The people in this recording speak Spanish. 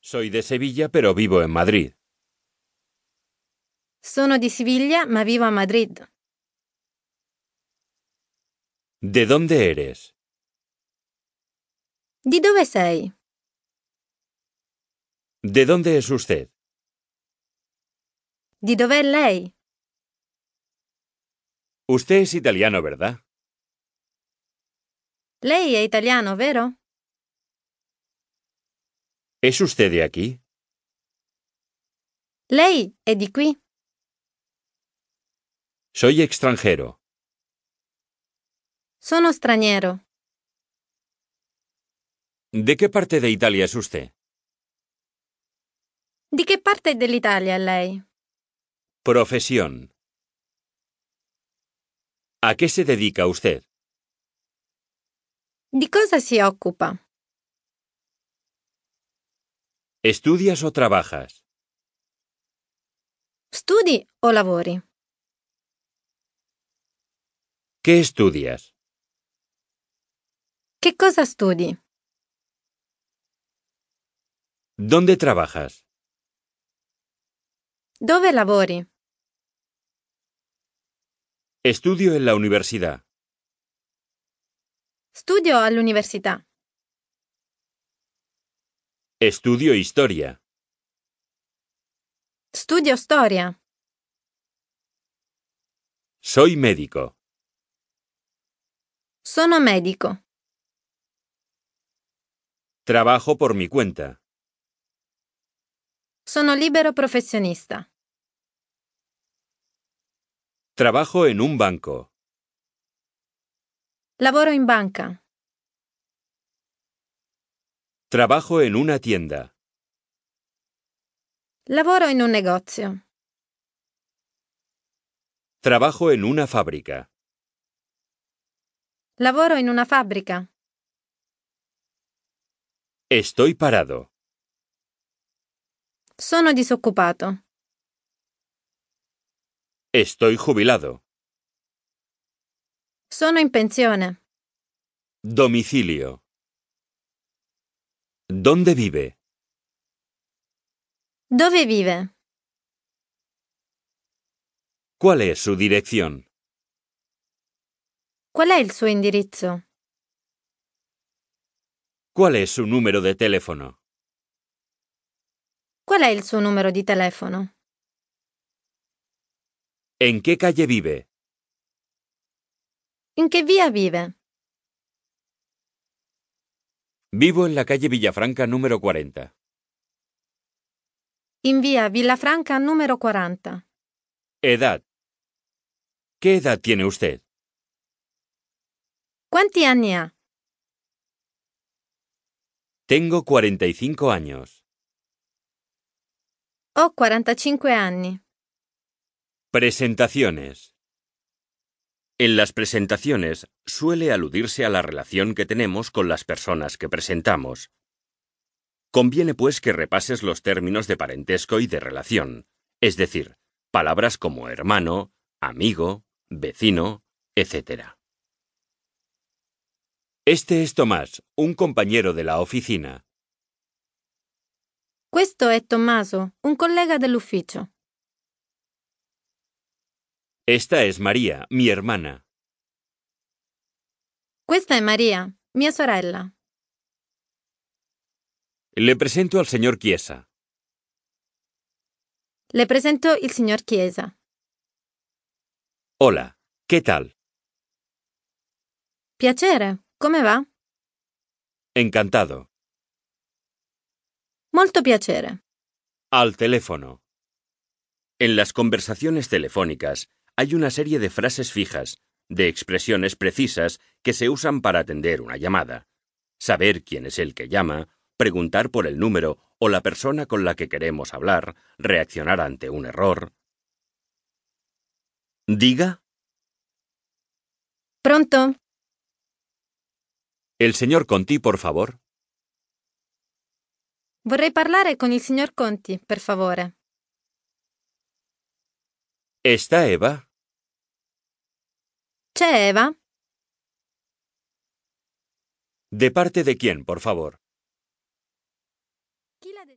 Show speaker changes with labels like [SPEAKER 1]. [SPEAKER 1] Soy de Sevilla, pero vivo en Madrid.
[SPEAKER 2] Sono di Siviglia ma vivo a Madrid.
[SPEAKER 1] ¿De dónde eres?
[SPEAKER 2] Di dove sei?
[SPEAKER 1] ¿De dónde es usted?
[SPEAKER 2] Di dov'è lei?
[SPEAKER 1] Usted es italiano, ¿verdad?
[SPEAKER 2] Lei è italiano, vero?
[SPEAKER 1] ¿Es usted de aquí?
[SPEAKER 2] Lei è di qui?
[SPEAKER 1] Soy extranjero.
[SPEAKER 2] Sono straniero.
[SPEAKER 1] ¿De qué parte de Italia es usted?
[SPEAKER 2] Di che parte dell'Italia è lei?
[SPEAKER 1] Profesión. ¿A qué se dedica usted?
[SPEAKER 2] Di cosa si occupa?
[SPEAKER 1] ¿Estudias o trabajas?
[SPEAKER 2] Studi o lavori?
[SPEAKER 1] ¿Qué estudias?
[SPEAKER 2] Che cosa studi?
[SPEAKER 1] ¿Dónde trabajas?
[SPEAKER 2] Dove lavori?
[SPEAKER 1] Estudio en la universidad.
[SPEAKER 2] Studio all'università.
[SPEAKER 1] Estudio historia.
[SPEAKER 2] Studio storia.
[SPEAKER 1] Soy médico.
[SPEAKER 2] Sono medico.
[SPEAKER 1] Trabajo por mi cuenta.
[SPEAKER 2] Sono libero professionista.
[SPEAKER 1] Trabajo en un banco.
[SPEAKER 2] Lavoro in banca.
[SPEAKER 1] Trabajo en una tienda.
[SPEAKER 2] Lavoro in un negozio.
[SPEAKER 1] Trabajo en una fábrica.
[SPEAKER 2] Lavoro in una fabbrica.
[SPEAKER 1] Estoy parado.
[SPEAKER 2] Sono disoccupato.
[SPEAKER 1] Estoy jubilado.
[SPEAKER 2] Sono in pensione.
[SPEAKER 1] Domicilio. ¿Dónde vive?
[SPEAKER 2] Dove vive?
[SPEAKER 1] ¿Cuál es su dirección?
[SPEAKER 2] Qual è il suo indirizzo?
[SPEAKER 1] ¿Cuál es su número de teléfono?
[SPEAKER 2] Qual è il suo numero di telefono?
[SPEAKER 1] ¿En qué calle vive?
[SPEAKER 2] In che via vive?
[SPEAKER 1] Vivo en la calle Villafranca número 40.
[SPEAKER 2] In via Villafranca numero 40.
[SPEAKER 1] Edad. ¿Qué edad tiene usted?
[SPEAKER 2] Quanti anni ha?
[SPEAKER 1] Tengo 45 años.
[SPEAKER 2] Ho 45 anni.
[SPEAKER 1] Presentaciones. En las presentaciones suele aludirse a la relación que tenemos con las personas que presentamos. Conviene pues que repases los términos de parentesco y de relación, es decir, palabras como hermano, amigo, vecino, etc. Este es Tomás, un compañero de la oficina.
[SPEAKER 2] Questo è Tommaso, un collega dell'ufficio.
[SPEAKER 1] Esta es María, mi hermana.
[SPEAKER 2] Questa è Maria, mia sorella.
[SPEAKER 1] Le presento al señor Chiesa.
[SPEAKER 2] Le presento il signor Chiesa.
[SPEAKER 1] Hola, ¿qué tal?
[SPEAKER 2] Piacere, come va?
[SPEAKER 1] Encantado.
[SPEAKER 2] Molto piacere.
[SPEAKER 1] Al teléfono. En las conversaciones telefónicas hay una serie de frases fijas, de expresiones precisas que se usan para atender una llamada. Saber quién es el que llama, preguntar por el número o la persona con la que queremos hablar, reaccionar ante un error. Diga.
[SPEAKER 2] Pronto?
[SPEAKER 1] El señor Conti, por favor.
[SPEAKER 2] Vorrei parlare con il signor Conti, per favore.
[SPEAKER 1] ¿Está Eva?
[SPEAKER 2] C'è Eva?
[SPEAKER 1] ¿De parte de quién, por favor?